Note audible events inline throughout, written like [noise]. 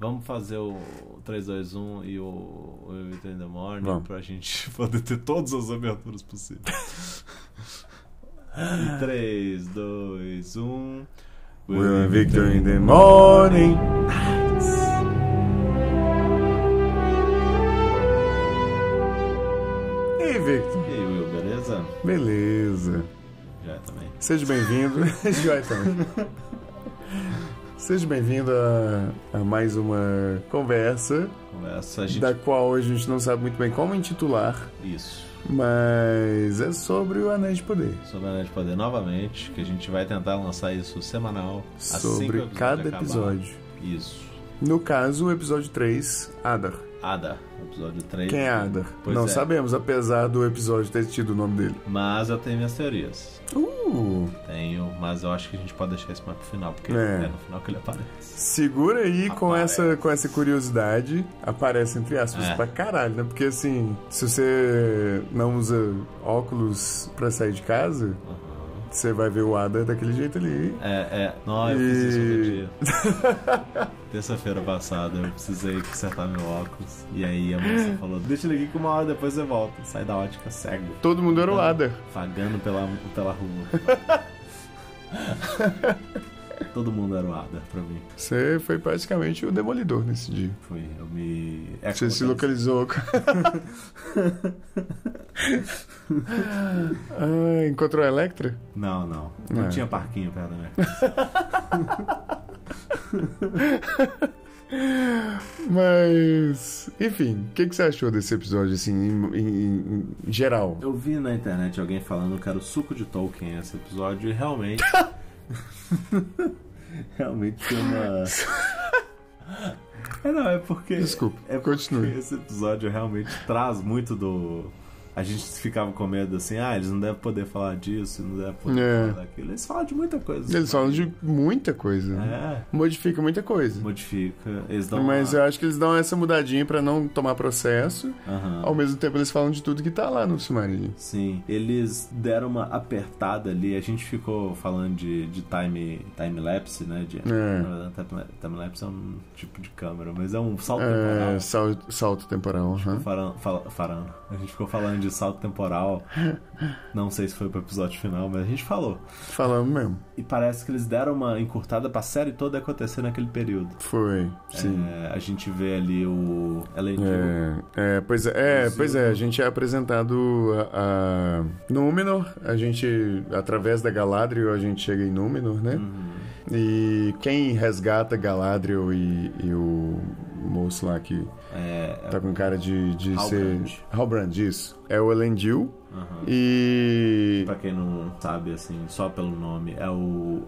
Vamos fazer o 321 e o Evita in the Morning Vamos. pra gente [laughs] poder ter todas as aberturas possíveis. e um, 3, 2, 1. We're Victor in the morning. Ei, Victor. E aí, Will, beleza? Beleza. Já é também. [laughs] Seja bem-vindo. [laughs] Joia também. Seja bem-vindo a, a mais uma conversa, Começa a gente. da qual a gente não sabe muito bem como intitular, Isso. mas é sobre o Anéis de Poder. Sobre a Anel de Poder novamente, que a gente vai tentar lançar isso semanal. assim que o sobre cada acabar. episódio. Isso. No caso, o episódio 3, Adar. Ada, episódio 3. Quem é Adar? Pois não é. sabemos, apesar do episódio ter tido o nome dele. Mas eu tenho minhas teorias. Uh, Tenho, mas eu acho que a gente pode deixar isso mais pro final, porque É. é no final que ele aparece. segura aí com Aparece. essa, com essa curiosidade. Aparece entre aspas É. pra caralho, né? Porque assim, se você não usa óculos pra sair de casa, você vai ver o Adar daquele jeito ali. É, é. Não, eu fiz isso E- outro dia. [laughs] Terça-feira passada eu precisei consertar meu óculos. E aí a [laughs] moça falou: Deixa ele aqui que uma hora depois você volta. Sai da ótica cego, Todo mundo era o Adar. vagando pela, pela [laughs] rua. Todo mundo era o Ada pra mim. Você foi praticamente o demolidor nesse dia. Foi, eu me. é Você se localizou. [laughs] com- [laughs] ah, encontrou a Electra? Não, não. Não É. tinha parquinho perto da minha casa. Mas, enfim, o que, que você achou desse episódio, assim, em, em- em geral? Eu vi na internet alguém falando que era o suco de Tolkien esse episódio e realmente. [laughs] realmente foi uma. É, não, é porque. Desculpa, é porque continue. Esse episódio realmente traz muito do. A gente ficava com medo assim, ah, eles não devem poder falar disso, não devem poder É. falar daquilo. Eles falam de muita coisa. Eles falam de muita coisa. né? É, Modifica muita coisa. modifica. Eles dão. Mas uma... eu acho que eles dão essa mudadinha pra não tomar processo. Aham. Ao mesmo tempo, eles falam de tudo que tá lá no Silmarillion. Sim, eles deram uma apertada ali. A gente ficou falando de, de time, time lapse, né? De, É. Na verdade, time, time lapse é um tipo de câmera, mas é um salto temporal. É, sal- salto, temporal. aham. Faran- fala- farando. A gente ficou falando de salto temporal. Não sei se foi pro episódio final, mas a gente falou. Falamos mesmo. E parece que eles deram uma encurtada pra série toda acontecer naquele período. Foi, sim. É, a gente vê ali o Elendil. É, é, pois é, é, pois é, a gente é apresentado a, a Númenor, a gente, através da Galadriel, a gente chega em Númenor, Uhum. né? E quem resgata Galadriel e, e o moço lá que É, tá com cara de, de ser... Halbrand. Halbrand, isso. É o Elendil aham. e... Pra quem não sabe, assim, só pelo nome, é o,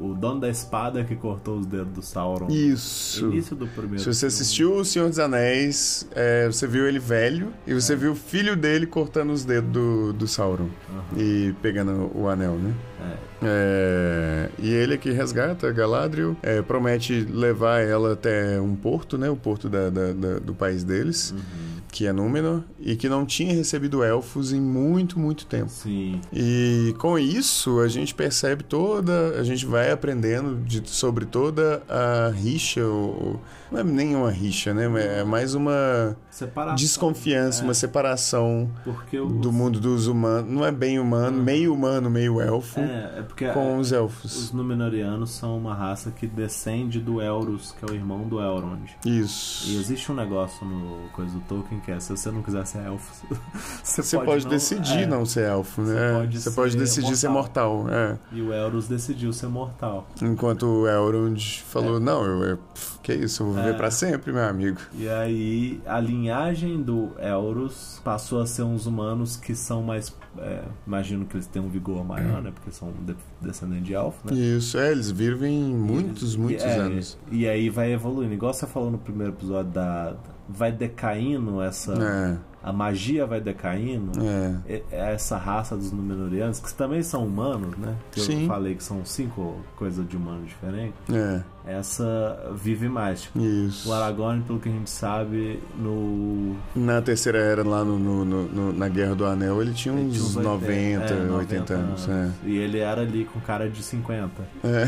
o dono da espada que cortou os dedos do Sauron. Isso. No início do primeiro. Se você filme. assistiu O Senhor dos Anéis, é, você viu ele velho e você viu o filho dele cortando os dedos do, do Sauron e pegando o anel, né? É, e ele é que resgata Galadriel, é, promete levar ela até um porto, né? O porto da- da- da- do país deles, Uhum. que é Númenor, e que não tinha recebido elfos em muito, muito tempo. Sim. E com isso a gente percebe toda, a gente vai aprendendo de- sobre toda a rixa, ou, não é nem uma rixa, né? É mais uma Separação. desconfiança, é, uma separação Porque o. do mundo dos humanos, não é bem humano, meio humano, meio elfo, É, é porque. com os Os elfos. Númenóreanos são uma raça que descende do Elros, que é o irmão do Elrond. E Isso. existe um negócio no coisa do Tolkien que é se você não quiser ser elfo, [laughs] você, Você pode, decidir é. não ser elfo, né? pode Você pode ser decidir ser mortal. é. E o Elros decidiu ser mortal. Enquanto o Elrond falou, não, eu, eu- pff, que isso, eu vou viver É. pra sempre, meu amigo. E aí a linhagem do Elros passou a ser uns humanos que são mais. é, imagino que eles têm um vigor maior, né? Porque são de- descendentes de elfo, né? Isso, é, eles vivem muitos, muitos É, anos. E aí vai evoluindo. Igual você falou no primeiro episódio da. Vai decaindo essa. É, A magia vai decaindo. é. E- Essa raça dos Númenóreanos, que também são humanos, né? Que Sim. eu falei que são cinco coisas de humano diferente. É, Essa vive mais. Tipo, isso. o Aragorn, pelo que a gente sabe, no Na terceira era, lá no, no- no- no- na Guerra do Anel, ele tinha Ele tinha uns uns 90, 80, é, 90 80, anos. É. E ele era ali com cara de 50. [laughs] É.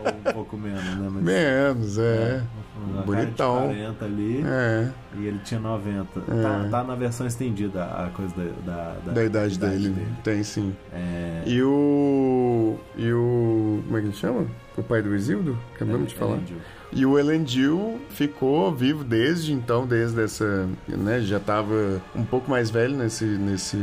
Ou um pouco menos, né? Mas, Menos, é. É, Uma Bonitão. Cara de 40 ali. É, E ele tinha 90. É. Tá, tá na versão estendida a coisa da, da, da idade dele. Tem sim. É, E o. E o. Como é que ele chama? O pai do Isildo? Acabamos É, de falar. Elendil. E o Elendil ficou vivo desde então, desde essa. Né, já estava um pouco mais velho nesse, nesse,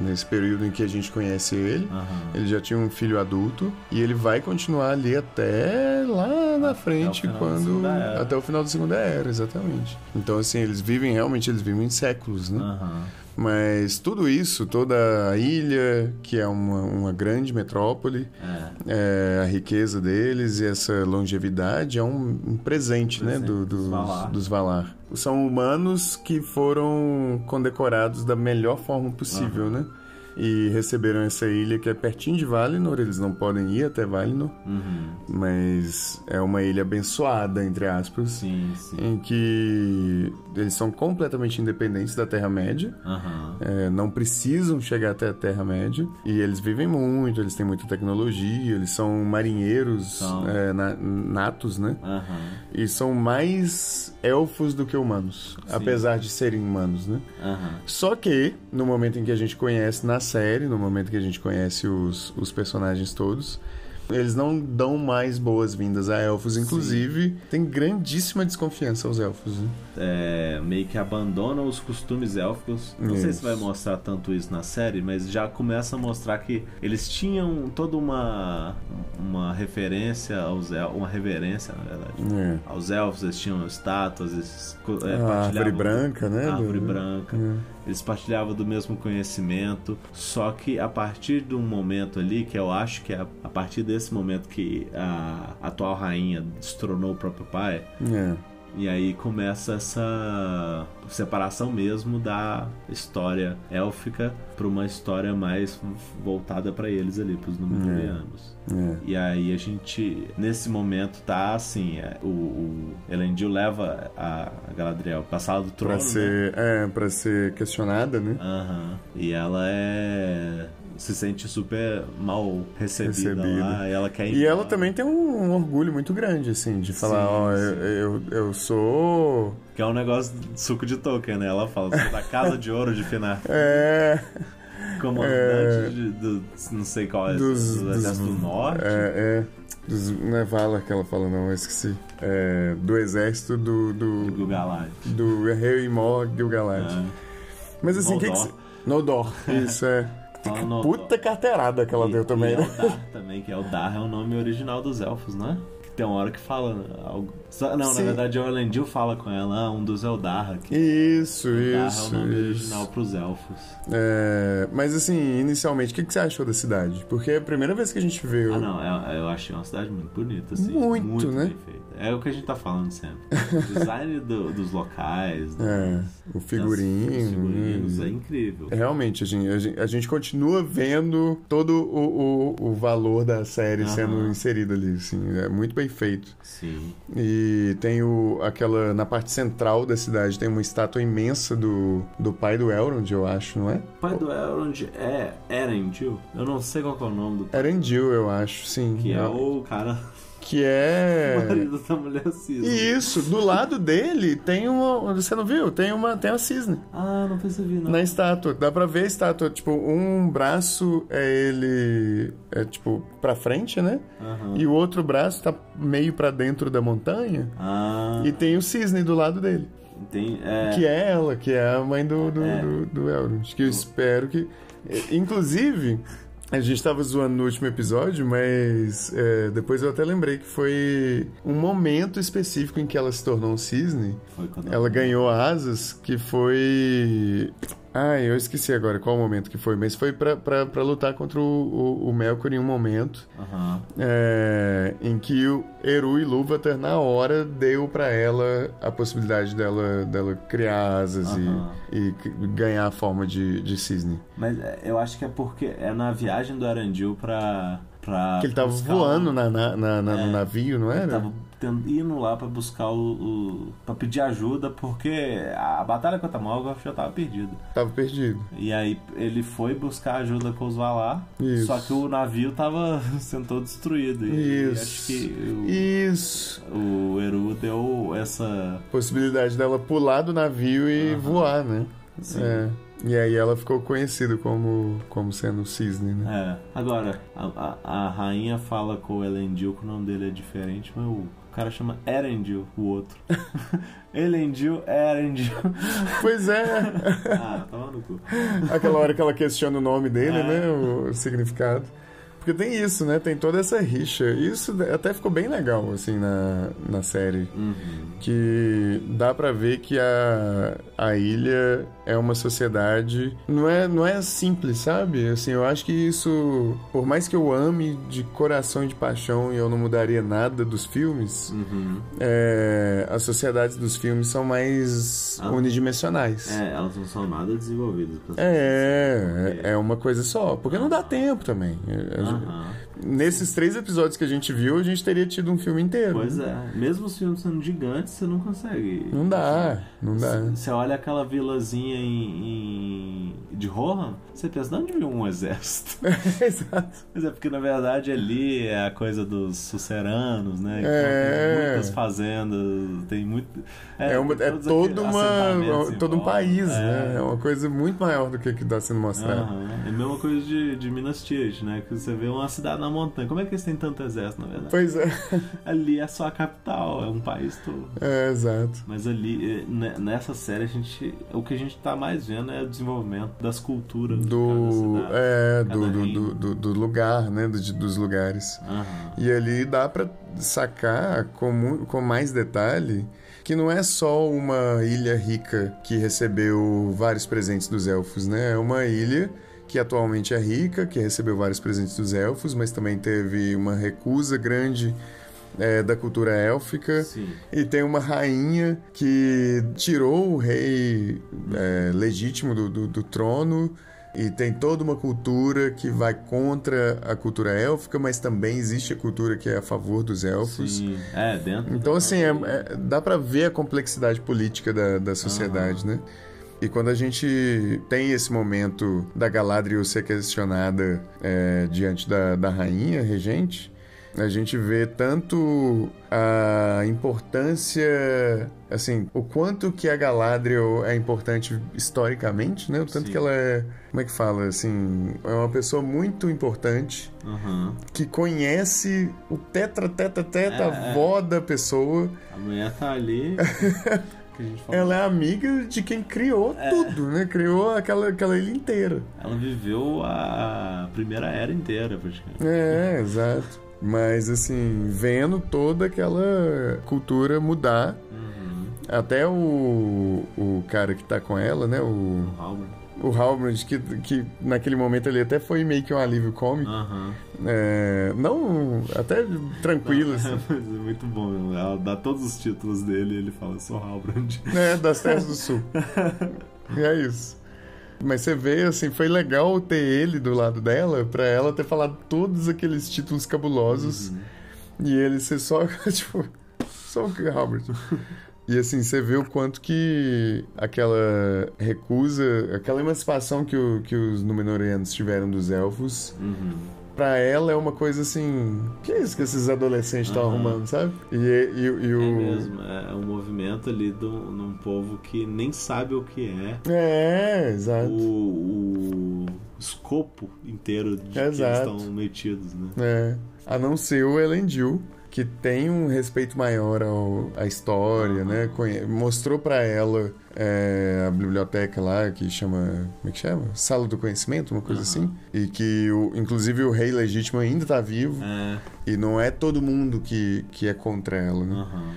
nesse período em que a gente conhece ele. Aham. Ele já tinha um filho adulto e ele vai continuar ali até lá na Até frente, o final da quando. Segunda Era. Até o final da Segunda Era, exatamente. Então, assim, eles vivem realmente, eles vivem em séculos, né? Aham. Mas tudo isso, toda a ilha, que é uma, uma grande metrópole, É. é, a riqueza deles e essa longevidade é um, um presente, né, Presente do- dos dos, Valar. dos Valar. São humanos que foram condecorados da melhor forma possível, né? E receberam essa ilha que é pertinho de Valinor, eles não podem ir até Valinor, Uhum. mas é uma ilha abençoada, entre aspas, Sim, sim. em que eles são completamente independentes da Terra-média. Aham. É, não precisam chegar até a Terra-média. E eles vivem muito, eles têm muita tecnologia, eles são marinheiros São. é, na- natos, né? Aham. E são mais elfos do que humanos, apesar de serem humanos, né? Aham. Só que, no momento em que a gente conhece na série, no momento que a gente conhece os, os personagens todos, eles não dão mais boas-vindas a elfos. Inclusive, tem grandíssima desconfiança aos elfos, né? É, meio que abandonam os costumes élficos. Não sei Isso. se vai mostrar tanto isso na série, mas já começa a mostrar que eles tinham toda uma uma referência aos elfos, uma reverência, na verdade. É. Aos elfos, eles tinham estátuas, eles co- é, A árvore partilhavam- branca, né? Árvore Do- branca. É, Eles partilhavam do mesmo conhecimento, só que a partir de um momento ali, que eu acho que é a, a partir desse momento que a atual rainha destronou o próprio pai, É. e aí começa essa separação mesmo da história élfica para uma história mais voltada para eles ali, para os númenóreanos. É. E aí a gente, nesse momento, tá assim, é, o, o Elendil leva a Galadriel pra sala do trono, Pra né? ser, é, pra ser questionada, né? Aham. E ela é... se sente super mal recebida, Recebida. lá, e ela quer ir E ela embora. também tem um, um orgulho muito grande, assim, de falar, Sim, ó, sim. eu, eu, eu sou... Que é um negócio de suco de Tolkien, né? Ela fala, sou da casa de ouro de Finar, É... comandante de- do... não sei qual é, Dos- do dos- exército do norte. É, é... Dos, não é Vala que ela fala, não, eu esqueci. É, do exército do... do... Do Galad. Do Rei Mor Gilgalad. Ah, Mas assim, o que que... Noldor. cê- Noldor, [laughs] isso, é. Né? Fala no- Puta carteirada que ela E- deu também, e né? Eldar também, que Eldar é o nome original dos elfos, né? Que tem uma hora que fala algo... Só- Não, Sim. na verdade o Elendil fala com ela, ah, um dos Eldar aqui. Isso, Eldar isso, é o nome isso. original pros elfos. É, mas assim, inicialmente, o que, que você achou da cidade? Porque é a primeira vez que a gente vê. o- Ah, não, eu, eu achei uma cidade muito bonita, assim. Muito, né? bem feita. É o que a gente tá falando sempre. O design do- dos locais, É, o figurino. dos figurinos, né? é incrível. Realmente, a gente, a, gente, a gente continua vendo todo o, o, o valor da série Aham. sendo inserido ali, assim, é muito bem feito. Sim. E tem o, aquela, na parte central da cidade, tem uma estátua imensa do, do pai do Elrond, eu acho, não é? O pai do Elrond é Erendil? Eu não sei qual que é o nome do pai. Erendil, eu acho, sim. Que é Ah, o cara, [laughs] Que é... marido da mulher cisne. E isso, do lado dele tem uma. Você não viu? Tem uma, tem uma cisne Ah, não percebi, não. na estátua. Dá pra ver a estátua. Tipo, um braço é ele. É tipo, pra frente, né? Aham. E o outro braço tá meio pra dentro da montanha. Ah, E tem o cisne do lado dele. tem. É, Que é ela, que é a mãe do, do, É. do, do Elrond. Que eu espero que. é, Inclusive. A gente tava zoando no último episódio, mas é, depois eu até lembrei que foi um momento específico em que ela se tornou um cisne. foi quando Ela ganhou asas, que foi. Ai, eu esqueci agora qual o momento que foi, mas foi pra, pra, pra lutar contra o, o, o Melkor em um momento Aham. é, em que o Eru e Lúvatar, na hora, deu pra ela a possibilidade dela, dela criar asas e- Aham. e, c- ganhar a forma de, de cisne. Mas é, eu acho que é porque é na viagem do Arandil pra. pra que ele tava buscar voando né, o- na, na, na- na- no Ah, É. navio, não Ele era? tava tendo, indo lá para buscar o, o para pedir ajuda porque a batalha contra Morgoth já tava perdida. Tava perdido. E aí ele foi buscar ajuda com os Valar, Isso. só que o navio tava [laughs] sendo todo destruído. E, Isso. e acho que o, Isso. o Eru deu essa Possibilidade dela pular do navio e Aham. voar, né? Sim. É. E aí ela ficou conhecida como, como sendo o cisne, né? É. Agora, a, a- a rainha fala com o Elendil, que o nome dele é diferente, mas o cara chama Erendil, o [laughs] outro. Elendil, Erendil. Pois é. [laughs] Ah, toma no cu. Aquela hora que ela questiona o nome dele, É. né? O significado. Porque tem isso, né? Tem toda essa rixa. Isso até ficou bem legal, assim, na, na série. Uhum. Que dá pra ver que a, a ilha é uma sociedade. Não é, não é simples, sabe? Assim, eu acho que isso. Por mais que eu ame de coração e de paixão e eu não mudaria nada dos filmes, Uhum. é, as sociedades dos filmes são mais Ah. unidimensionais. É, elas não são nada desenvolvidas. pra ser É, é é uma coisa só. Porque não dá tempo também. É, é, sincero. Aham. Nesses três episódios que a gente viu, a gente teria tido um filme inteiro. Pois é, mesmo os filmes sendo gigantes, você não consegue. Não dá, não dá. Você- Você olha aquela vilazinha em, em- de Rohan, você pensa, de onde viu um exército? [laughs] Exato. Mas é porque, na verdade, ali é a coisa dos suceranos, né? Então, É. Tem muitas fazendas, tem muito... É, uma- tem é todos todo aqueles uma, assentamentos em todo um volta. país, É. né? É uma coisa muito maior do que que está sendo mostrado. Aham. É a mesma coisa de, de Minas Tirith, né? Que você vê uma cidade na montanha. Como é que eles têm tanto exército, na verdade? Pois é. Ali é só a capital, é um país todo. É, exato. Mas ali, eh, ne- nessa série, a gente, o que a gente tá mais vendo é o desenvolvimento das culturas de cada Do, cidade. é, cada do, do, reino. do, do- do lugar, né? Do- de- dos lugares. Aham. E ali dá pra sacar com, mu- com mais detalhe que não é só uma ilha rica que recebeu vários presentes dos elfos, né? É uma ilha que atualmente é rica, que recebeu vários presentes dos elfos, mas também teve uma recusa grande eh, da cultura élfica. Sim. E tem uma rainha que tirou o rei é, legítimo do, do- do trono. E tem toda uma cultura que vai contra a cultura élfica, mas também existe a cultura que é a favor dos elfos. Sim. É, dentro. Então, da assim, é- própria- é- dá pra ver a complexidade política da, da Ah. sociedade, né? E quando a gente tem esse momento da Galadriel ser questionada é, diante da, da rainha regente, a gente vê tanto a importância, assim, o quanto que a Galadriel é importante historicamente, né? O tanto Sim. que ela é, como é que fala, assim, é uma pessoa muito importante Aham. que conhece o tetra, teta, teta, É, avó da pessoa. A mulher tá [laughs] ali. que a gente falou. Ela é amiga de quem criou tudo, né? Criou aquela, aquela ilha inteira. Ela viveu a primeira era inteira, praticamente. É, exato. Mas, assim, vendo toda aquela cultura mudar, Uhum. até o, o cara que tá com ela, né? O, O Halberd. o Halbrand, que, que naquele momento ele até foi meio que um alívio cômico. Aham. É, não, até tranquilo, assim. [laughs] Mas é muito bom, meu. Ela dá todos os títulos dele e ele fala, sou Halbrand. É, das terras do sul. é isso. Mas você vê, assim, foi legal ter ele do lado dela, pra ela ter falado todos aqueles títulos cabulosos Uhum. e ele ser só, [laughs] tipo, só o Robert. E assim, você vê o quanto que aquela recusa, aquela emancipação que, o- que os Númenóreanos tiveram dos elfos, Uhum. pra ela é uma coisa assim. Que é isso que esses adolescentes estão Aham. arrumando, sabe? E, e, e É o. mesmo, é um movimento ali de um, de um povo que nem sabe o que é É, exato. o, o escopo inteiro de que eles Exato. estão metidos, né? É. A não ser o Elendil, que tem um respeito maior ao, à história, né? Conhe- Mostrou pra ela é, a biblioteca lá, que chama. Como é que chama? Sala do Conhecimento, uma coisa Aham. assim. E que, o, inclusive, o rei legítimo ainda tá vivo. É, E não é todo mundo que, que é contra ela, né? aham.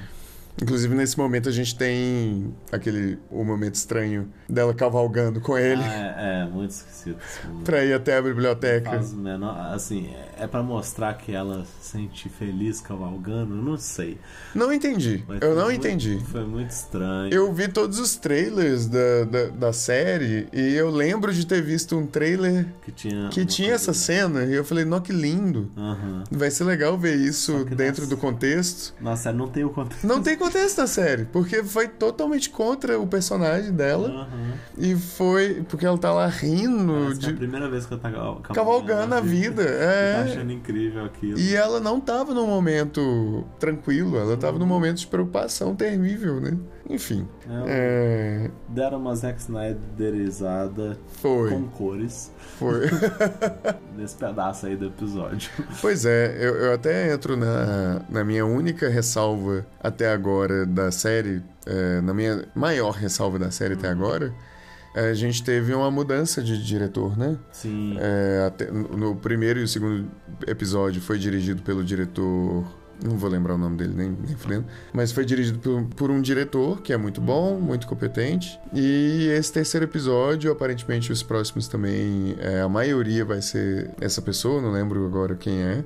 Inclusive, nesse momento, a gente tem aquele o momento estranho dela cavalgando com ele. Ah, é, é, muito esquisito. Assim. [laughs] pra ir até a biblioteca. Faz o menor, assim, é para mostrar que ela se sente feliz cavalgando? Eu não sei. Não entendi. Mas eu não muito, entendi. Foi muito estranho. Eu vi todos os trailers da, da, da, série e eu lembro de ter visto um trailer que tinha, que tinha essa de... cena e eu falei, nossa, que lindo. Uhum. Vai ser legal ver isso dentro nossa, do contexto. Nossa, não tem o contexto. Não tem contexto da série, porque foi totalmente contra o personagem dela. Uhum. E foi. Porque ela tá lá rindo. Parece que é a primeira vez que ela tá cavalgando, cavalgando né? a vida. É. Tá achando incrível aquilo. E ela não tava num momento tranquilo, ela tava num Uhum. momento de preocupação terrível, né? Enfim. Então, É, Deram uma Zack Snyderizada Foi. com cores. Foi. Nesse pedaço aí do episódio. [laughs] Pois é, eu, eu até entro na, na minha única ressalva até agora da série, é, na minha maior ressalva da série até agora, a gente teve uma mudança de diretor, né? Sim. É, até- no primeiro e o segundo episódio foi dirigido pelo diretor. Não vou lembrar o nome dele nem, nem fudendo. Mas foi dirigido por, por um diretor que é muito bom, muito competente. E esse terceiro episódio, aparentemente os próximos também, é, a maioria vai ser essa pessoa, não lembro agora quem é.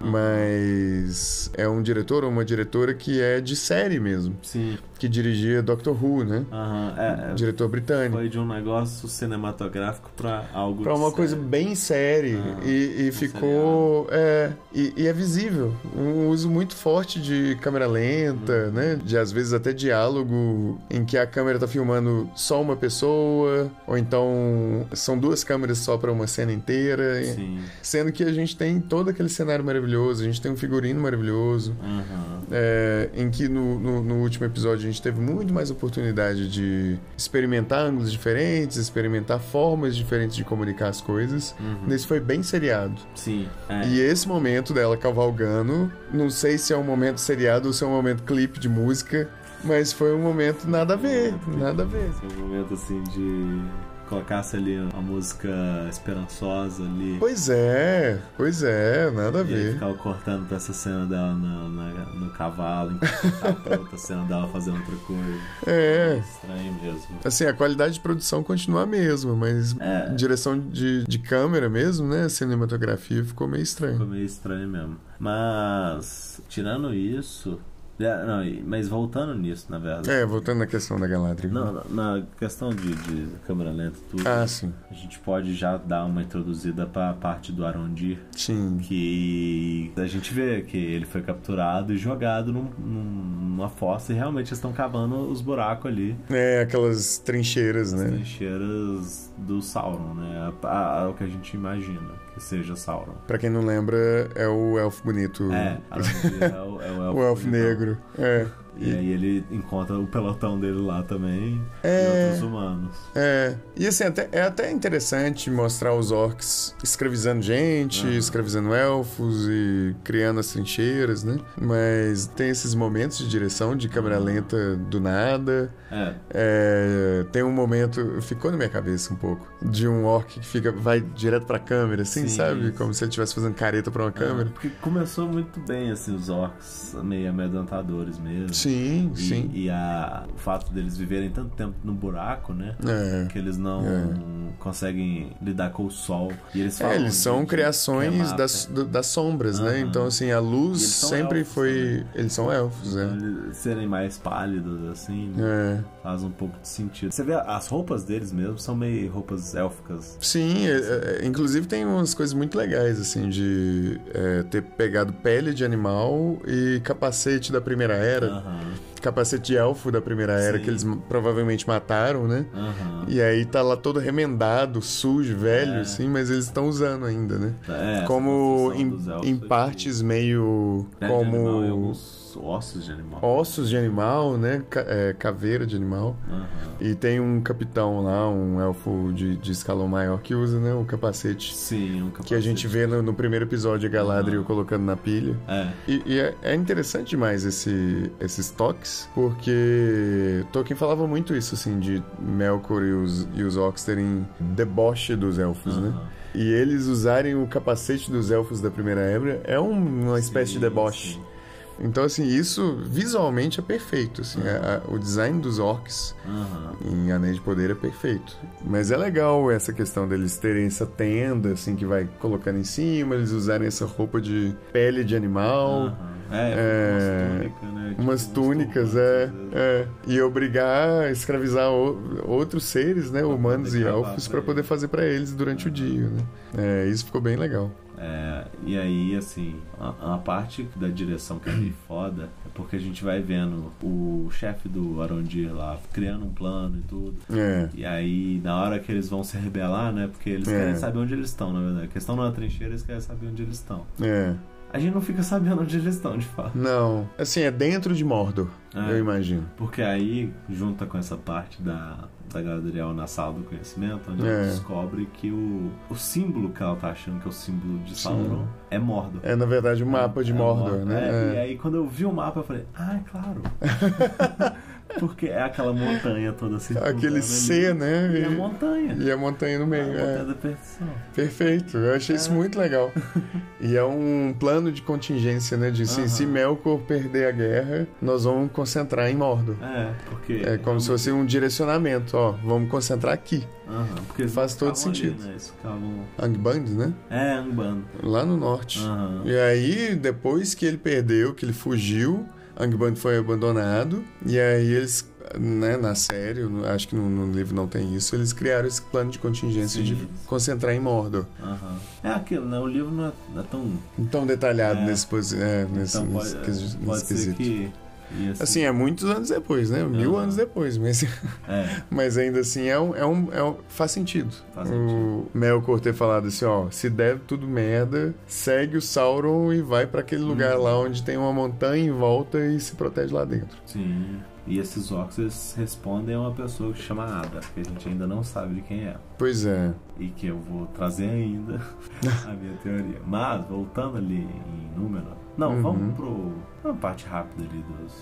Mas é um diretor ou uma diretora que é de série mesmo, Sim. que dirigia Doctor Who, né? Aham. É, é, Diretor britânico. foi de um negócio cinematográfico pra algo. Pra uma sério. coisa bem é. séria. Ah, e e um ficou. É, e, e é visível. Um uso muito forte de câmera lenta, Uhum. né? De às vezes até diálogo em que a câmera tá filmando só uma pessoa, ou então são duas câmeras só pra uma cena inteira. Sim. Sendo que a gente tem todo aquele cenário maravilhoso, a gente tem um figurino maravilhoso. Aham. É, em que no, no- no último episódio a gente teve muito mais oportunidade de experimentar ângulos diferentes, experimentar formas diferentes de comunicar as coisas. Nesse foi bem seriado. Sim. É. Uhum. E esse momento dela cavalgando, não sei se é um momento seriado ou se é um momento clipe de música, mas foi um momento nada a ver, nada a ver. Foi um momento assim de. Colocasse ali uma música esperançosa ali. Pois é, pois é, nada a E ele ver. ficava cortando pra essa cena dela na- na- no cavalo, enquanto cortava pra outra cena dela fazendo outra coisa. É. Estranho mesmo. Assim, a qualidade de produção continua a mesma, mas É. direção de, de câmera mesmo, né? Cinematografia ficou meio Ficou estranho. meio estranho mesmo. Mas, tirando isso. é, Não, e- mas voltando nisso, na verdade. É, voltando na questão da Galadriel. Não, na- na questão de, de câmera lenta e tudo, É. Ah, sim. a gente pode já dar uma introduzida pra parte do Arondir, Sim. que a gente vê que ele foi capturado e jogado num- num- numa fossa e realmente eles estão cavando os buracos ali. É, aquelas trincheiras, né? trincheiras do Sauron, né? A- a- a- o que a gente imagina que seja Sauron. Pra quem não lembra, é o elfo bonito. É, Arondir é o, é o elfo, Hum. [laughs] O elfo negro. negro. É. E aí ele encontra o pelotão dele lá também e É. outros humanos. É. E assim, até- é até interessante mostrar os orcs escravizando gente, escravizando elfos e criando as trincheiras, né? Mas tem esses momentos de direção de câmera Uhum. lenta do nada. É, É, tem um momento, ficou na minha cabeça um pouco, de um orc que fica, vai direto pra câmera, assim, Sim, sabe? isso. Como se ele estivesse fazendo careta pra uma câmera. porque começou muito bem, assim, os orcs meio amedrontadores mesmo. Sim, E, sim. e a, o fato deles viverem tanto tempo no buraco, né? É. Que eles não É. conseguem lidar com o sol. E eles É, falam eles de- são de criações queimar, das, né? do- das sombras, Aham. né? Então, assim, a luz E eles são sempre elfos, foi. Eles são elfos, Então, né? eles serem mais pálidos, assim, né? É. faz um pouco de sentido. Você vê as roupas deles mesmo, são meio roupas élficas. Sim, é- é- inclusive tem umas coisas muito legais, assim, de é, ter pegado pele de animal e capacete da primeira era. Aham, Capacete de elfo da primeira era, Ah. Sim. que eles m- provavelmente mataram, né? aham. E aí tá lá todo remendado, sujo, velho, É. assim, mas eles estão usando ainda, né? É, essa como construção em, dos elfos em foi- partes Pele de animal meio e como alguns ossos de animal. ossos de animal, né? Ca- é, caveira de animal. Aham. E tem um capitão lá, um elfo de, de escalão maior que usa, né? O capacete. Sim, um capacete. Que a gente vê no, no primeiro episódio a Galadriel colocando na pilha. É, E, e é, é interessante demais esse- esses toques, porque Tolkien falava muito isso, assim, de Melkor e os, e os Orcs terem deboche dos elfos, né? Aham. E eles usarem o capacete dos elfos da primeira era é um- uma espécie Sim, de deboche. sim. Então, assim, isso visualmente é perfeito. Assim, a- a- o design dos orcs Aham. em Anéis de Poder é perfeito. Mas é legal essa questão deles terem essa tenda, assim, que vai colocando em cima, eles usarem essa roupa de pele de animal. aham. É, Então, umas túnicas, né? É, Tipo, né? Umas túnicas, turbantes, é, às vezes. é. E obrigar a escravizar o- outros seres, né? poder Humanos e cavar elfos, pra pra poder eles. fazer pra eles durante o dia, né? É, isso ficou bem legal. É, e aí, assim, a, a parte da direção que é [clears throat] meio foda é porque a gente vai vendo o chefe do Arondir lá criando um plano e tudo. É. E aí, na hora que eles vão se rebelar, né? Porque eles É. querem saber onde eles estão, na verdade. A questão não é a trincheira, eles querem saber onde eles estão. É. A gente não fica [laughs] sabendo onde eles estão, de fato. Não. Assim, é dentro de Mordor, É. eu imagino. Porque aí, junta com essa parte da, da Galadriel na sala do conhecimento, onde ela É. descobre que o, o símbolo que ela tá achando que é o símbolo de Sim. Sauron é Mordor. É, na verdade, o mapa de É, Mordor, é, E né? É. aí, quando eu vi o mapa, eu falei, ah, é [laughs] claro. Porque é aquela montanha toda assim. Aquele C, né? E a montanha. E a montanha no a meio. montanha é. da perdição. Perfeito, eu achei isso É. muito legal. E é um plano de contingência, né? De assim, Aham. se Melkor perder a guerra, nós vamos concentrar em Mordor. É, porque. É como se fosse um direcionamento, ó, vamos concentrar aqui. Aham, porque eles Faz não todo ficavam sentido. Ali, né? Eles ficavam. Angband, né? É, Angband. Lá no norte. Aham. E aí, depois que ele perdeu, que ele fugiu, Angband foi abandonado. E aí eles, né, na série, eu não- acho que no, no livro não tem isso, eles criaram esse plano de contingência Sim. de concentrar em Mordor. Aham. É aquilo, né? O livro não é, não é tão. Tão detalhado É. nesse, posi- é, nesse, Então, nesse, pode, quesi- pode nesse ser quesito. que. e Assim, é muitos anos depois, né? Mil Aham. anos depois, mas, [laughs] é. mas ainda assim é um, é um, é um- faz sentido. Faz sentido. O Melkor ter falado assim, ó, se der tudo merda, segue o Sauron e vai pra aquele lugar lá Uhum. onde tem uma montanha em volta e se protege lá dentro. Sim. E esses orcs eles respondem a uma pessoa que chama Ada, que a gente ainda não sabe de quem é. Pois é. e que eu vou trazer [laughs] ainda a minha teoria. Mas, voltando ali em número. Não, Uhum. vamos pro. Uma parte rápida ali dos.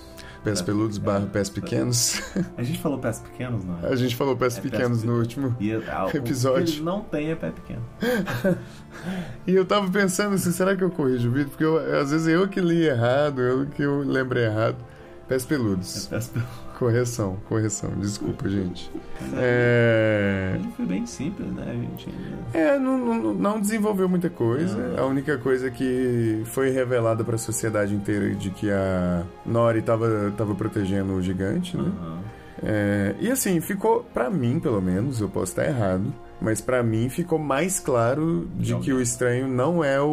Pés É, peludos barra é, pés é. pequenos. [laughs] A gente falou pés pequenos, não é? A gente falou pés É, pés pequenos no pequenos. último. E a, o Episódio. que ele não tem é pé pequeno. E eu tava pensando assim, será que eu corrijo o vídeo? Porque eu- às vezes eu que li errado, eu que eu lembrei errado. Pés É peludos. pés peludos. Correção, correção. Desculpa, gente. É... Ele foi bem simples, né, gente? Ele- É, não, não- não desenvolveu muita coisa. Ah. A única coisa que foi revelada pra sociedade inteira de que a Nori tava, tava protegendo o gigante, né? Aham. É, e assim, ficou, pra mim pelo menos, eu posso estar errado, mas pra mim ficou mais claro de Não. que o estranho não é o,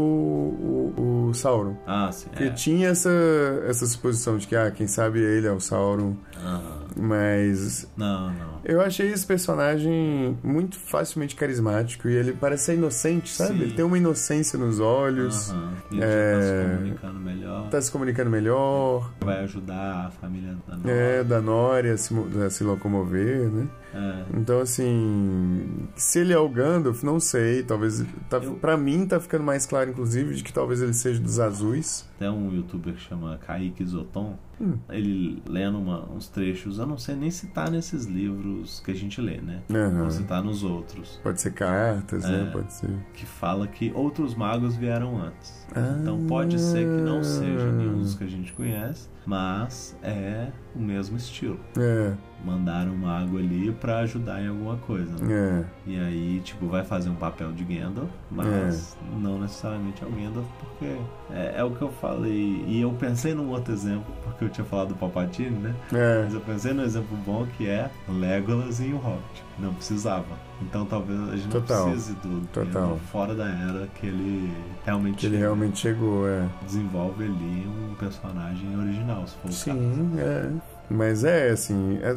o, o Sauron. Ah, sim. Porque É. tinha essa, essa suposição de que, ah, quem sabe ele é o Sauron, Aham. mas Não, não. eu achei esse personagem muito facilmente carismático e ele parece ser inocente, sabe? Sim. Ele tem uma inocência nos olhos, Aham. Ele já tá É. se comunicando melhor. tá se comunicando melhor, Vai ajudar a família da Nora. é, da Nori a se, mo- a se locomover, né? É. Então, assim, se ele é o Gandalf, não sei, talvez. Tá, Eu- Pra mim tá ficando mais claro, inclusive, de que talvez ele seja dos azuis. Tem um youtuber que chama Kaique Isoton. Hum. Ele lendo uma- uns trechos, eu não sei nem se tá nesses livros que a gente lê, né? Aham. Ou se tá nos outros. Pode ser cartas, né? É. Pode ser. Que fala que outros magos vieram antes. Ah. Então pode ser que não seja nenhum dos que a gente conhece, mas é o mesmo estilo. É, Mandaram um mago ali pra ajudar em alguma coisa. né? é. E aí, tipo, vai fazer um papel de Gandalf, mas É. não necessariamente é o Gandalf, porque é, é o que eu falei. E eu pensei num outro exemplo, porque eu tinha falado do Palpatine, né? Mas É, eu pensei num exemplo bom que é Legolas e o Hobbit. Não precisava. Então talvez a gente Total. não precise do Total. Gandalf fora da era que ele realmente, que ele realmente chegou, é. desenvolve ali um personagem original, se for o Sim, é. Mas é assim, é-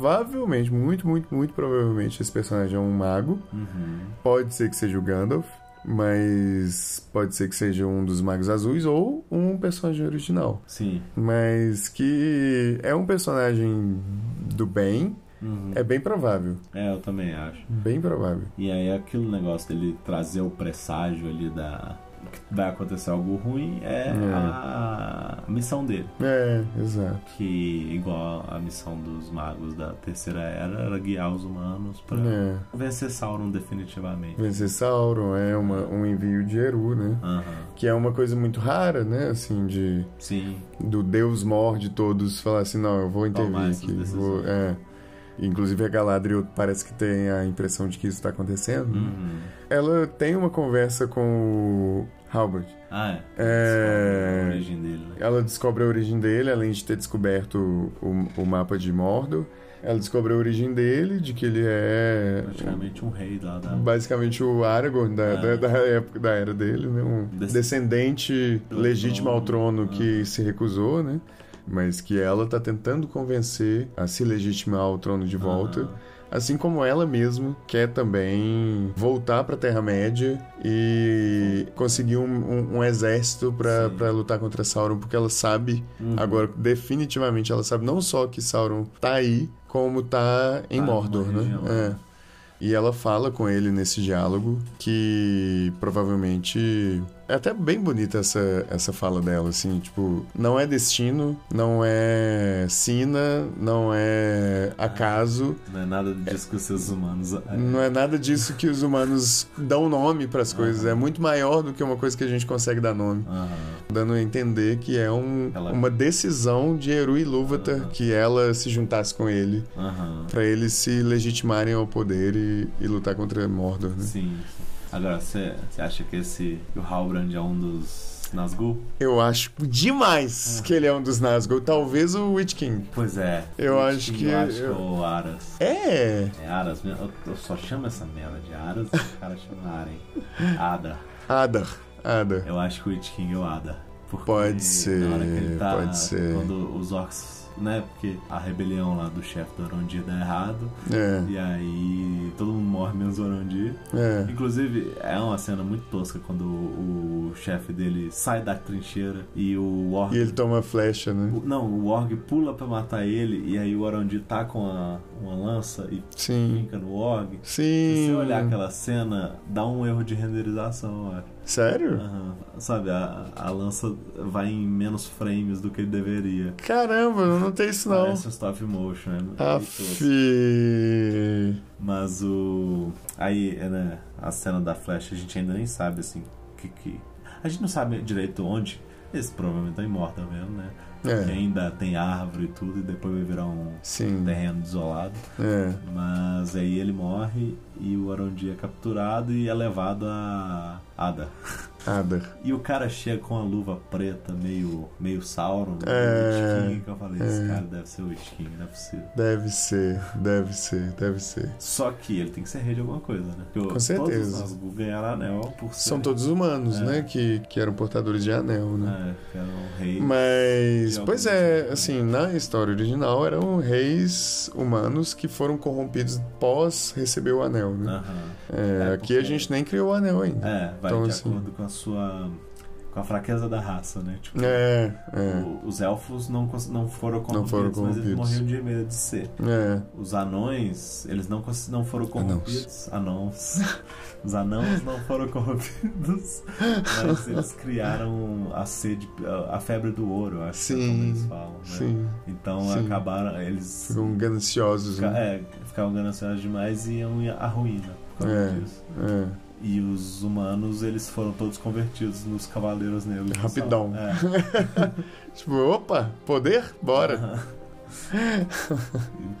provavelmente, muito, muito, muito provavelmente esse personagem é um mago. caso. Uhum. Pode ser que seja o Gandalf, mas pode ser que seja um dos magos azuis ou um personagem original. Sim. Mas que é um personagem do bem, Uhum. é bem provável. é, eu também acho. Bem provável. E aí aquele negócio dele trazer o presságio ali da, vai acontecer algo ruim é, É. a missão dele. É, exato. Que, igual a missão dos magos da Terceira Era, era guiar os humanos pra É. vencer Sauron definitivamente. Vencer Sauron é uma, um envio de Eru, né? Aham. Que é uma coisa muito rara, né? Assim, de Sim, do Deus mor de todos falar assim, não, eu vou intervir Tomar essas aqui. decisões. vou- é. Inclusive a Galadriel parece que tem a impressão de que isso está acontecendo. Uhum. Ela tem uma conversa com o Halbert. Ah, é. É. A origem dele, né? Ela descobre a origem dele, além de ter descoberto o, o mapa de Mordor. Ela descobre a origem dele, de que ele é Praticamente um rei lá da. basicamente o Aragorn da, da, É. da época da era dele, né? Um Des- Ah. descendente Do legítimo ao trono trono, que se recusou, né? Mas que ela tá tentando convencer a se legitimar ao trono de volta, Ah. assim como ela mesma quer também voltar pra Terra-média e conseguir um, um- um exército pra Sim. pra lutar contra Sauron, porque ela sabe, Uhum. agora definitivamente ela sabe não só que Sauron tá aí, como tá em Tá numa Mordor, né? região, É. né? E ela fala com ele nesse diálogo que provavelmente. É até bem bonita essa, essa fala dela, assim, tipo, não é destino, não é sina, não é acaso, Não é nada disso que os seres humanos. não é nada disso que os humanos dão nome pras coisas, Ah. é muito maior do que uma coisa que a gente consegue dar nome. Aham. Dando a entender que é um- Ela- uma decisão de Eru e Lúvatar que ela se juntasse com ele Aham. Pra eles se legitimarem ao poder e, e lutar contra Mordor, né? Sim. sim. Agora, você você acha que esse. que o Halbrand é um dos Nazgûl? Eu acho Ah. demais que ele é um dos Nazgûl, talvez o Witch King. Pois é. Eu E acho que- Eu acho que eu- o Aras. É, É Aras mesmo? Eu, eu só chamo essa merda de Aras e [laughs] o cara chama Aren. Ada. Adar, Adar. Eu acho que o Witch King é o Ada. Porque Pode na hora que ser, ele tá, pode ser. Quando os orcs, né? Porque a rebelião lá do chefe do Arondir dá errado. É, E aí todo mundo morre menos o Arondir. é. Inclusive, é uma cena muito tosca quando o, o chefe dele sai da trincheira e o orc. E ele toma flecha, né? o- Não, o orc pula pra matar ele e aí o Arondir tá com a- uma lança e Sim, brinca no orc. Se sim. você olhar aquela cena, dá um erro de renderização, eu acho. Sério? Aham. Sabe, a, a lança vai em menos frames do que ele deveria. Caramba, eu não tem isso não. Ah. Ah, Parece um stop motion, é muito Aff. tosco. Mas o. Aí, é, né, a cena da flecha a gente ainda nem sabe assim o que, que. A gente não sabe direito onde. Esse provavelmente tá em Morta mesmo, né? Que É, ainda tem árvore e tudo, e depois vai virar um sim. terreno desolado. É, Mas aí ele morre e o Arondi é capturado e é levado a Ada. Adar. E o cara chega com a luva preta, meio, meio Sauron, É, meio Witch King, que eu falei, esse é. cara deve ser o Witch King, não é possível. Deve ser, deve ser, deve ser. Só que ele tem que ser rei de alguma coisa, né? Porque Com certeza. Todos os Nazgûl ganharam anel por ser... São todos humanos, É. né? Que, que eram portadores de anel, né? É, que era um rei... Mas, De pois alguns é, humanos. assim, na história original eram reis humanos que foram corrompidos pós receber o anel, né? Aham. É, É, aqui a porque- gente nem criou o anel ainda. É, vai Então, de assim- acordo com a sua... Com a fraqueza da raça, né? Tipo, É, é, o- os elfos não, cons- não foram Não corrompidos, foram mas eles corrompidos. morriam de medo de ser. é. Os anões, eles não, cons- não foram corrompidos. Anãos. [laughs] Os anãos não foram corrompidos. Mas eles criaram a sede, a- a febre do ouro, eu acho que é como Sim, eles falam. Né? Sim, Então sim. acabaram. Eles ficam gananciosos, fica- né? é, ficavam gananciosos demais e iam à ruína por causa É. disso. É. E os humanos, eles foram todos convertidos nos cavaleiros negros. Rapidão. É. [laughs] Tipo, opa, poder? Bora. Aham. [laughs]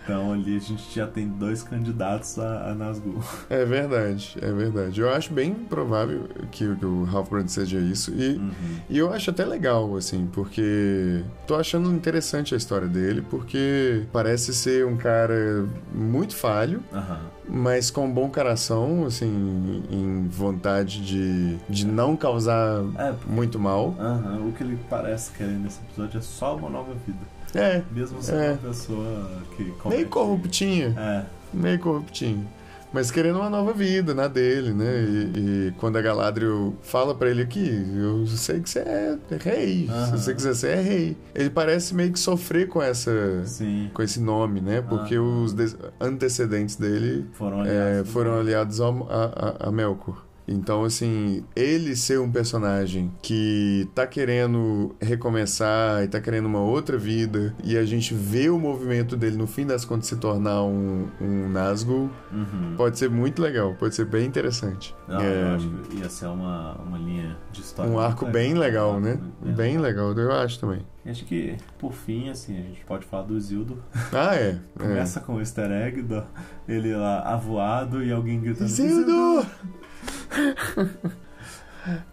então ali a gente já tem dois candidatos a, a Nazgûl. É verdade, é verdade. Eu acho bem provável que, que o Halfbrand seja isso. E Uhum. E eu acho até legal, assim, porque tô achando interessante a história dele, porque parece ser um cara muito falho, Aham. mas com um bom coração, assim, em vontade de, de não causar É, porque muito mal. Aham, o que ele parece querer nesse episódio é só uma nova vida. É, Mesmo sendo É. uma pessoa que. meio comete- corruptinha, É, meio corruptinho. Mas querendo uma nova vida na dele, né? E, e quando a Galadriel fala pra ele aqui, eu sei que você é rei, se Aham. você quiser ser é rei. Ele parece meio que sofrer com essa sim. com esse nome, né? Porque Ah. os des- antecedentes dele Foram eh, aliados. né? foram aliados ao- a, a- a Melkor. Então, assim, ele ser um personagem que tá querendo recomeçar e tá querendo uma outra vida, e a gente vê o movimento dele no fim das contas se tornar um, um Nazgûl, Uhum. pode ser muito legal, pode ser bem interessante. Não, É, Ah, eu acho que tá ia ser uma, uma linha de história. um arco muito bem legal, Um né? arco muito Bem legal, eu acho também. Acho que, por fim, assim, a gente pode falar do Isildo. Ah, é. é. Começa com o easter egg, do, ele lá avoado e alguém gritando Isildo!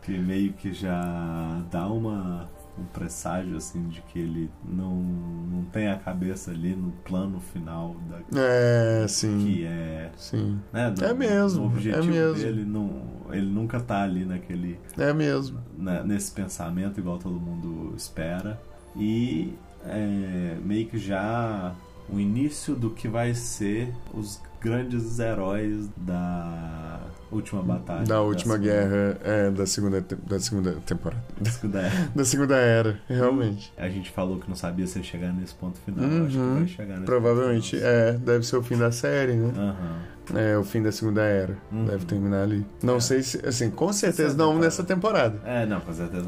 Que meio que já dá uma, um presságio, assim, de que ele não, não tem a cabeça ali no plano final da, É, sim. que é... Sim. Né, do- É mesmo, do objetivo é mesmo. dele, não, ele nunca tá ali naquele... É mesmo. na- nesse pensamento, igual todo mundo espera. E é, meio que já o início do que vai ser os grandes heróis da última batalha. Da última segunda- guerra, é, da segunda, te- da segunda temporada. [laughs] da segunda era. Da segunda era, realmente. A gente falou que não sabia se ia chegar nesse ponto final. Eu Acho que Uhum. vai chegar nesse Provavelmente, ponto é, deve ser o fim da série, né? final. Aham. É, o fim da segunda era. Uhum. Deve terminar ali. Não É. sei se, assim, com certeza Essa não temporada. nessa temporada. [laughs] É, não, com certeza.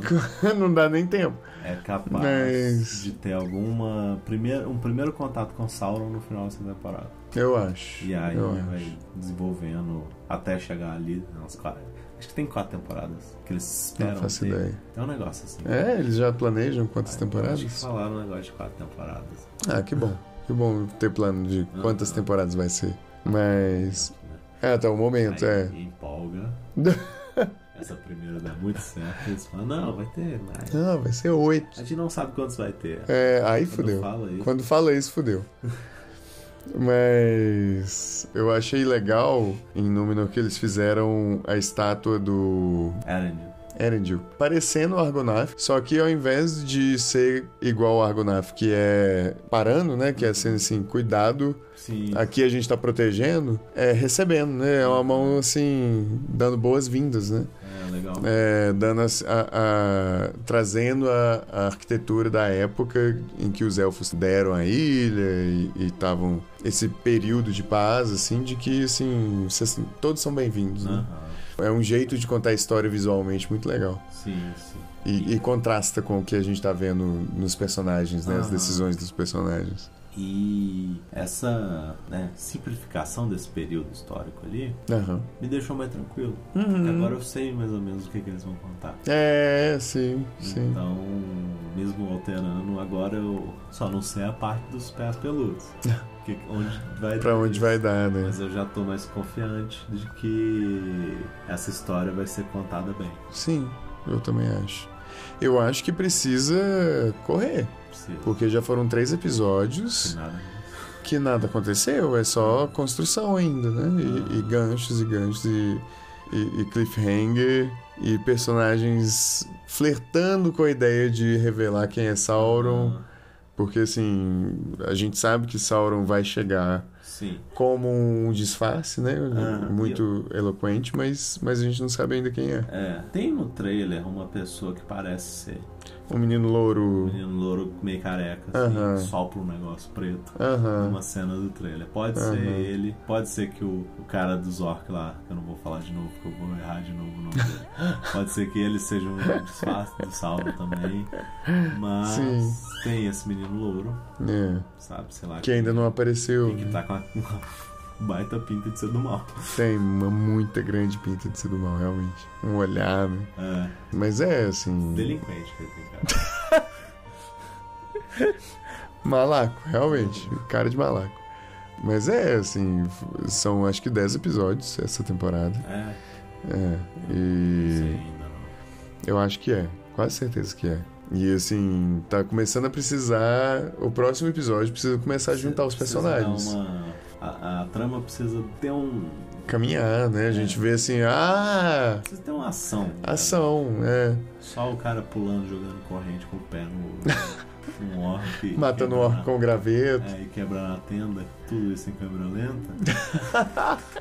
não dá nem tempo. É capaz Mas- de ter alguma. Primeiro, um primeiro contato com Sauron no final dessa temporada. Eu acho. E aí eu vai acho. desenvolvendo até chegar ali nas quatro. Acho que tem quatro temporadas que eles Não esperam. faço ter. ideia. É um negócio assim. É, eles já planejam quantas Acho que temporadas? falaram um negócio de quatro temporadas. Ah, que bom. Que bom ter plano de Uhum. quantas temporadas vai ser. Mas. Né? É, até o momento, Aí é. [laughs] empolga. Essa primeira dá muito certo. Eles falam, não, vai ter mais. Não, Ah, vai ser oito. A gente não sabe quantos vai ter. É, aí Quando fudeu. fala isso. Quando fala isso, fudeu. Mas eu achei legal em Númenor que eles fizeram a estátua do Erendil. Erendil, parecendo o Argonaf, só que ao invés de ser igual ao Argonaf, que é parando, né, que é sendo assim, cuidado, Sim. aqui a gente tá protegendo, é recebendo, né, é uma mão assim, dando boas-vindas, né, É legal. é, dando as- a- a- trazendo a, a arquitetura da época em que os elfos deram a ilha e estavam esse período de paz assim de que assim vocês- todos são bem-vindos né? Aham. é um jeito de contar a história visualmente muito legal Sim, sim. e, e contrasta com o que a gente tá vendo nos personagens né as Aham. decisões dos personagens E essa né, simplificação desse período histórico ali Aham. me deixou mais tranquilo. Hum. Porque Agora eu sei mais ou menos o que, que eles vão contar. é sim sim Então, mesmo alterando, agora eu só não sei a parte dos pés [laughs] peludos. que, onde vai Pra onde isso. vai dar né Mas eu já tô mais confiante de que essa história vai ser contada bem. sim eu também acho eu acho que precisa correr Se, Porque já foram três episódios se nada. que nada aconteceu, é só construção ainda, né? E, e ganchos e ganchos e, e- e cliffhanger e personagens flertando com a ideia de revelar quem é Sauron, porque assim, a gente sabe que Sauron vai chegar Ah, Sim. como um disfarce, né? Ah, Muito eloquente, mas, mas a gente não sabe ainda quem é. É, tem no trailer uma pessoa que parece ser Um menino um louro. menino louro meio careca, assim, Aham. sopra um negócio preto. Aham. Uma cena do trailer. Pode ser Aham. ele, pode ser que o, o cara do Zork lá, que eu não vou falar de novo, porque eu vou errar de novo o nome [laughs] dele. pode ser que ele seja um disfarce do salvo também. Mas Sim. tem esse menino louro, É. sabe? Sei lá. Que ainda não apareceu. tem que né? tá com uma, [laughs] uma baita pinta de ser do mal. Tem uma muita grande pinta de ser do mal, realmente. Um olhar, né? É, Mas é assim. delinquente que ele tem, cara. Malaco, realmente. Cara de malaco. Mas é assim. f- São acho que 10 episódios essa temporada. É, É. não E. sei ainda não. Eu acho que é. Quase certeza que é. E assim, tá começando a precisar. O próximo episódio precisa começar a juntar os Precisa personagens. dar uma- a, a trama precisa ter um. Caminhar, né? A gente É. vê assim, ah! Precisa ter uma ação. né? Ação, é. Só o cara pulando, jogando corrente com o pé no, [laughs] no orc. e Matando o quebrando orc com o graveto. a- É, e quebrando a tenda, tudo isso em câmera [laughs] lenta.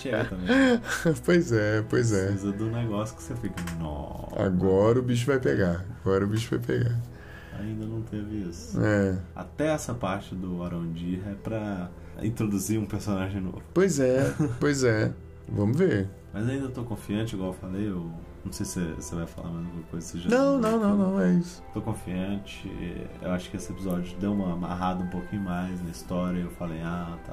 Chega também. [laughs] pois é, pois é. Precisa do negócio que você fica. Não, Agora o bicho vai pegar. Agora o bicho vai pegar. ainda não teve isso. É. Até Até essa parte do Arondir é pra introduzir um personagem novo. Pois é, pois é. Vamos ver. Mas ainda tô confiante, igual eu falei, eu não sei se você vai falar mais alguma coisa. Você já não, não, não, não, é isso. Tô confiante. Eu acho que esse episódio deu uma amarrada um pouquinho mais na história. Eu falei, ah, tá,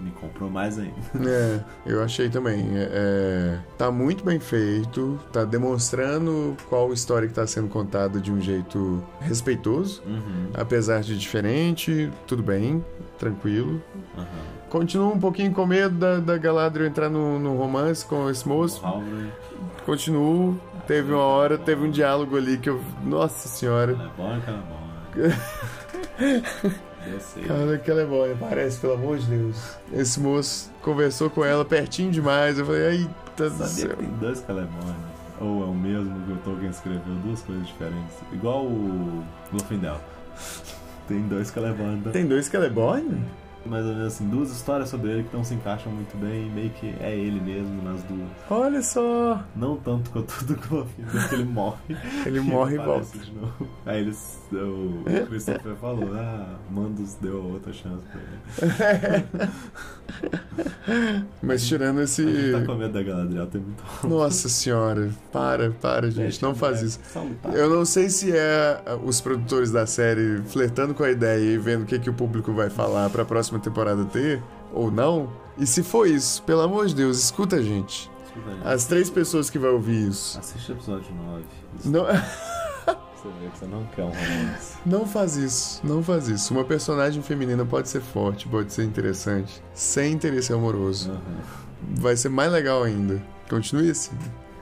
me comprou mais ainda. É, eu achei também. É, tá muito bem feito, tá demonstrando qual história que tá sendo contada de um jeito respeitoso, uhum. apesar de diferente, tudo bem, tranquilo. Uhum. Continuo um pouquinho com medo da, da Galadriel entrar no, no romance com esse moço. O Halbrand. Continuo. Teve uma hora, teve um diálogo ali que eu. Nossa senhora. é Ela é bom, aquela é bom. né? [laughs] Eu sei. Cara, que ela é boa, parece, pelo amor de Deus. Esse moço conversou com ela pertinho demais. Eu falei, eita do Sabia que céu. tem dois Calemone. Ou é o mesmo que o Tolkien escreveu, duas coisas diferentes. Igual o Glofindel. Tem dois é Calemone. Tem dois Celeborn? mais ou menos assim, duas histórias sobre ele que não se encaixam muito bem. Meio que é ele mesmo nas duas. Olha só! Não tanto quanto do Glofindel, que ele morre. [laughs] Ele morre e volta. [laughs] aparece de novo. Aí eles, o Christopher falou, ah, Mandos deu outra chance pra ele. Mas tirando A gente tá esse. com medo da Galadriel, tem muito Nossa senhora, para, para, gente, não faz isso. Só lutar. Eu não sei se é os produtores da série flertando com a ideia e vendo o que, que o público vai falar pra próxima temporada ter, ou não. E se for isso, pelo amor de Deus, escuta a gente. Escuta aí. As três pessoas que vai ouvir isso. Assiste o episódio 9. Isso Não, [laughs] Você vê que você não quer um romance. não faz isso, não faz isso. Uma personagem feminina pode ser forte, pode ser interessante, sem interesse amoroso. Aham. Vai ser mais legal ainda. Continue assim.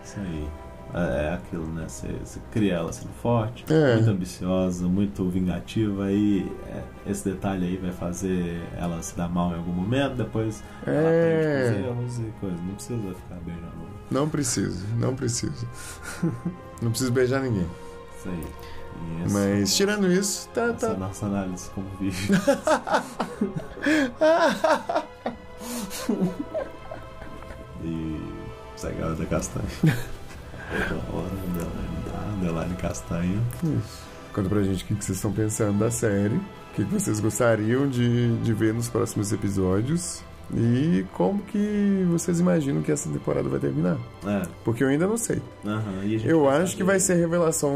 Isso aí. É é aquilo, né? Você, você cria ela sendo forte, É. muito ambiciosa, muito vingativa, e é, esse detalhe aí vai fazer ela se dar mal em algum momento, depois ela É. aprende com os erros e coisa. Não precisa ficar beijando. Não preciso, não preciso. Não preciso beijar ninguém. Isso aí. E essa- Mas tirando isso, tá, Essa é a tá. nossa análise como vídeo. e segue a hora da castanha. Outra hora, Adelaine, tá? Adelaine Castanho. Conta pra gente o que que vocês estão pensando da série, o que que vocês gostariam de, de ver nos próximos episódios e como que vocês imaginam que essa temporada vai terminar. É, Porque eu ainda não sei. aham, e a gente Eu quer acho que saber- vai ser um a revelação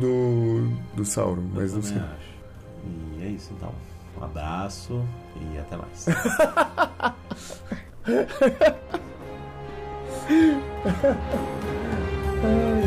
do, do Sauron, Eu mas não sei. também acho. E é isso então. Um abraço e até mais. Ai,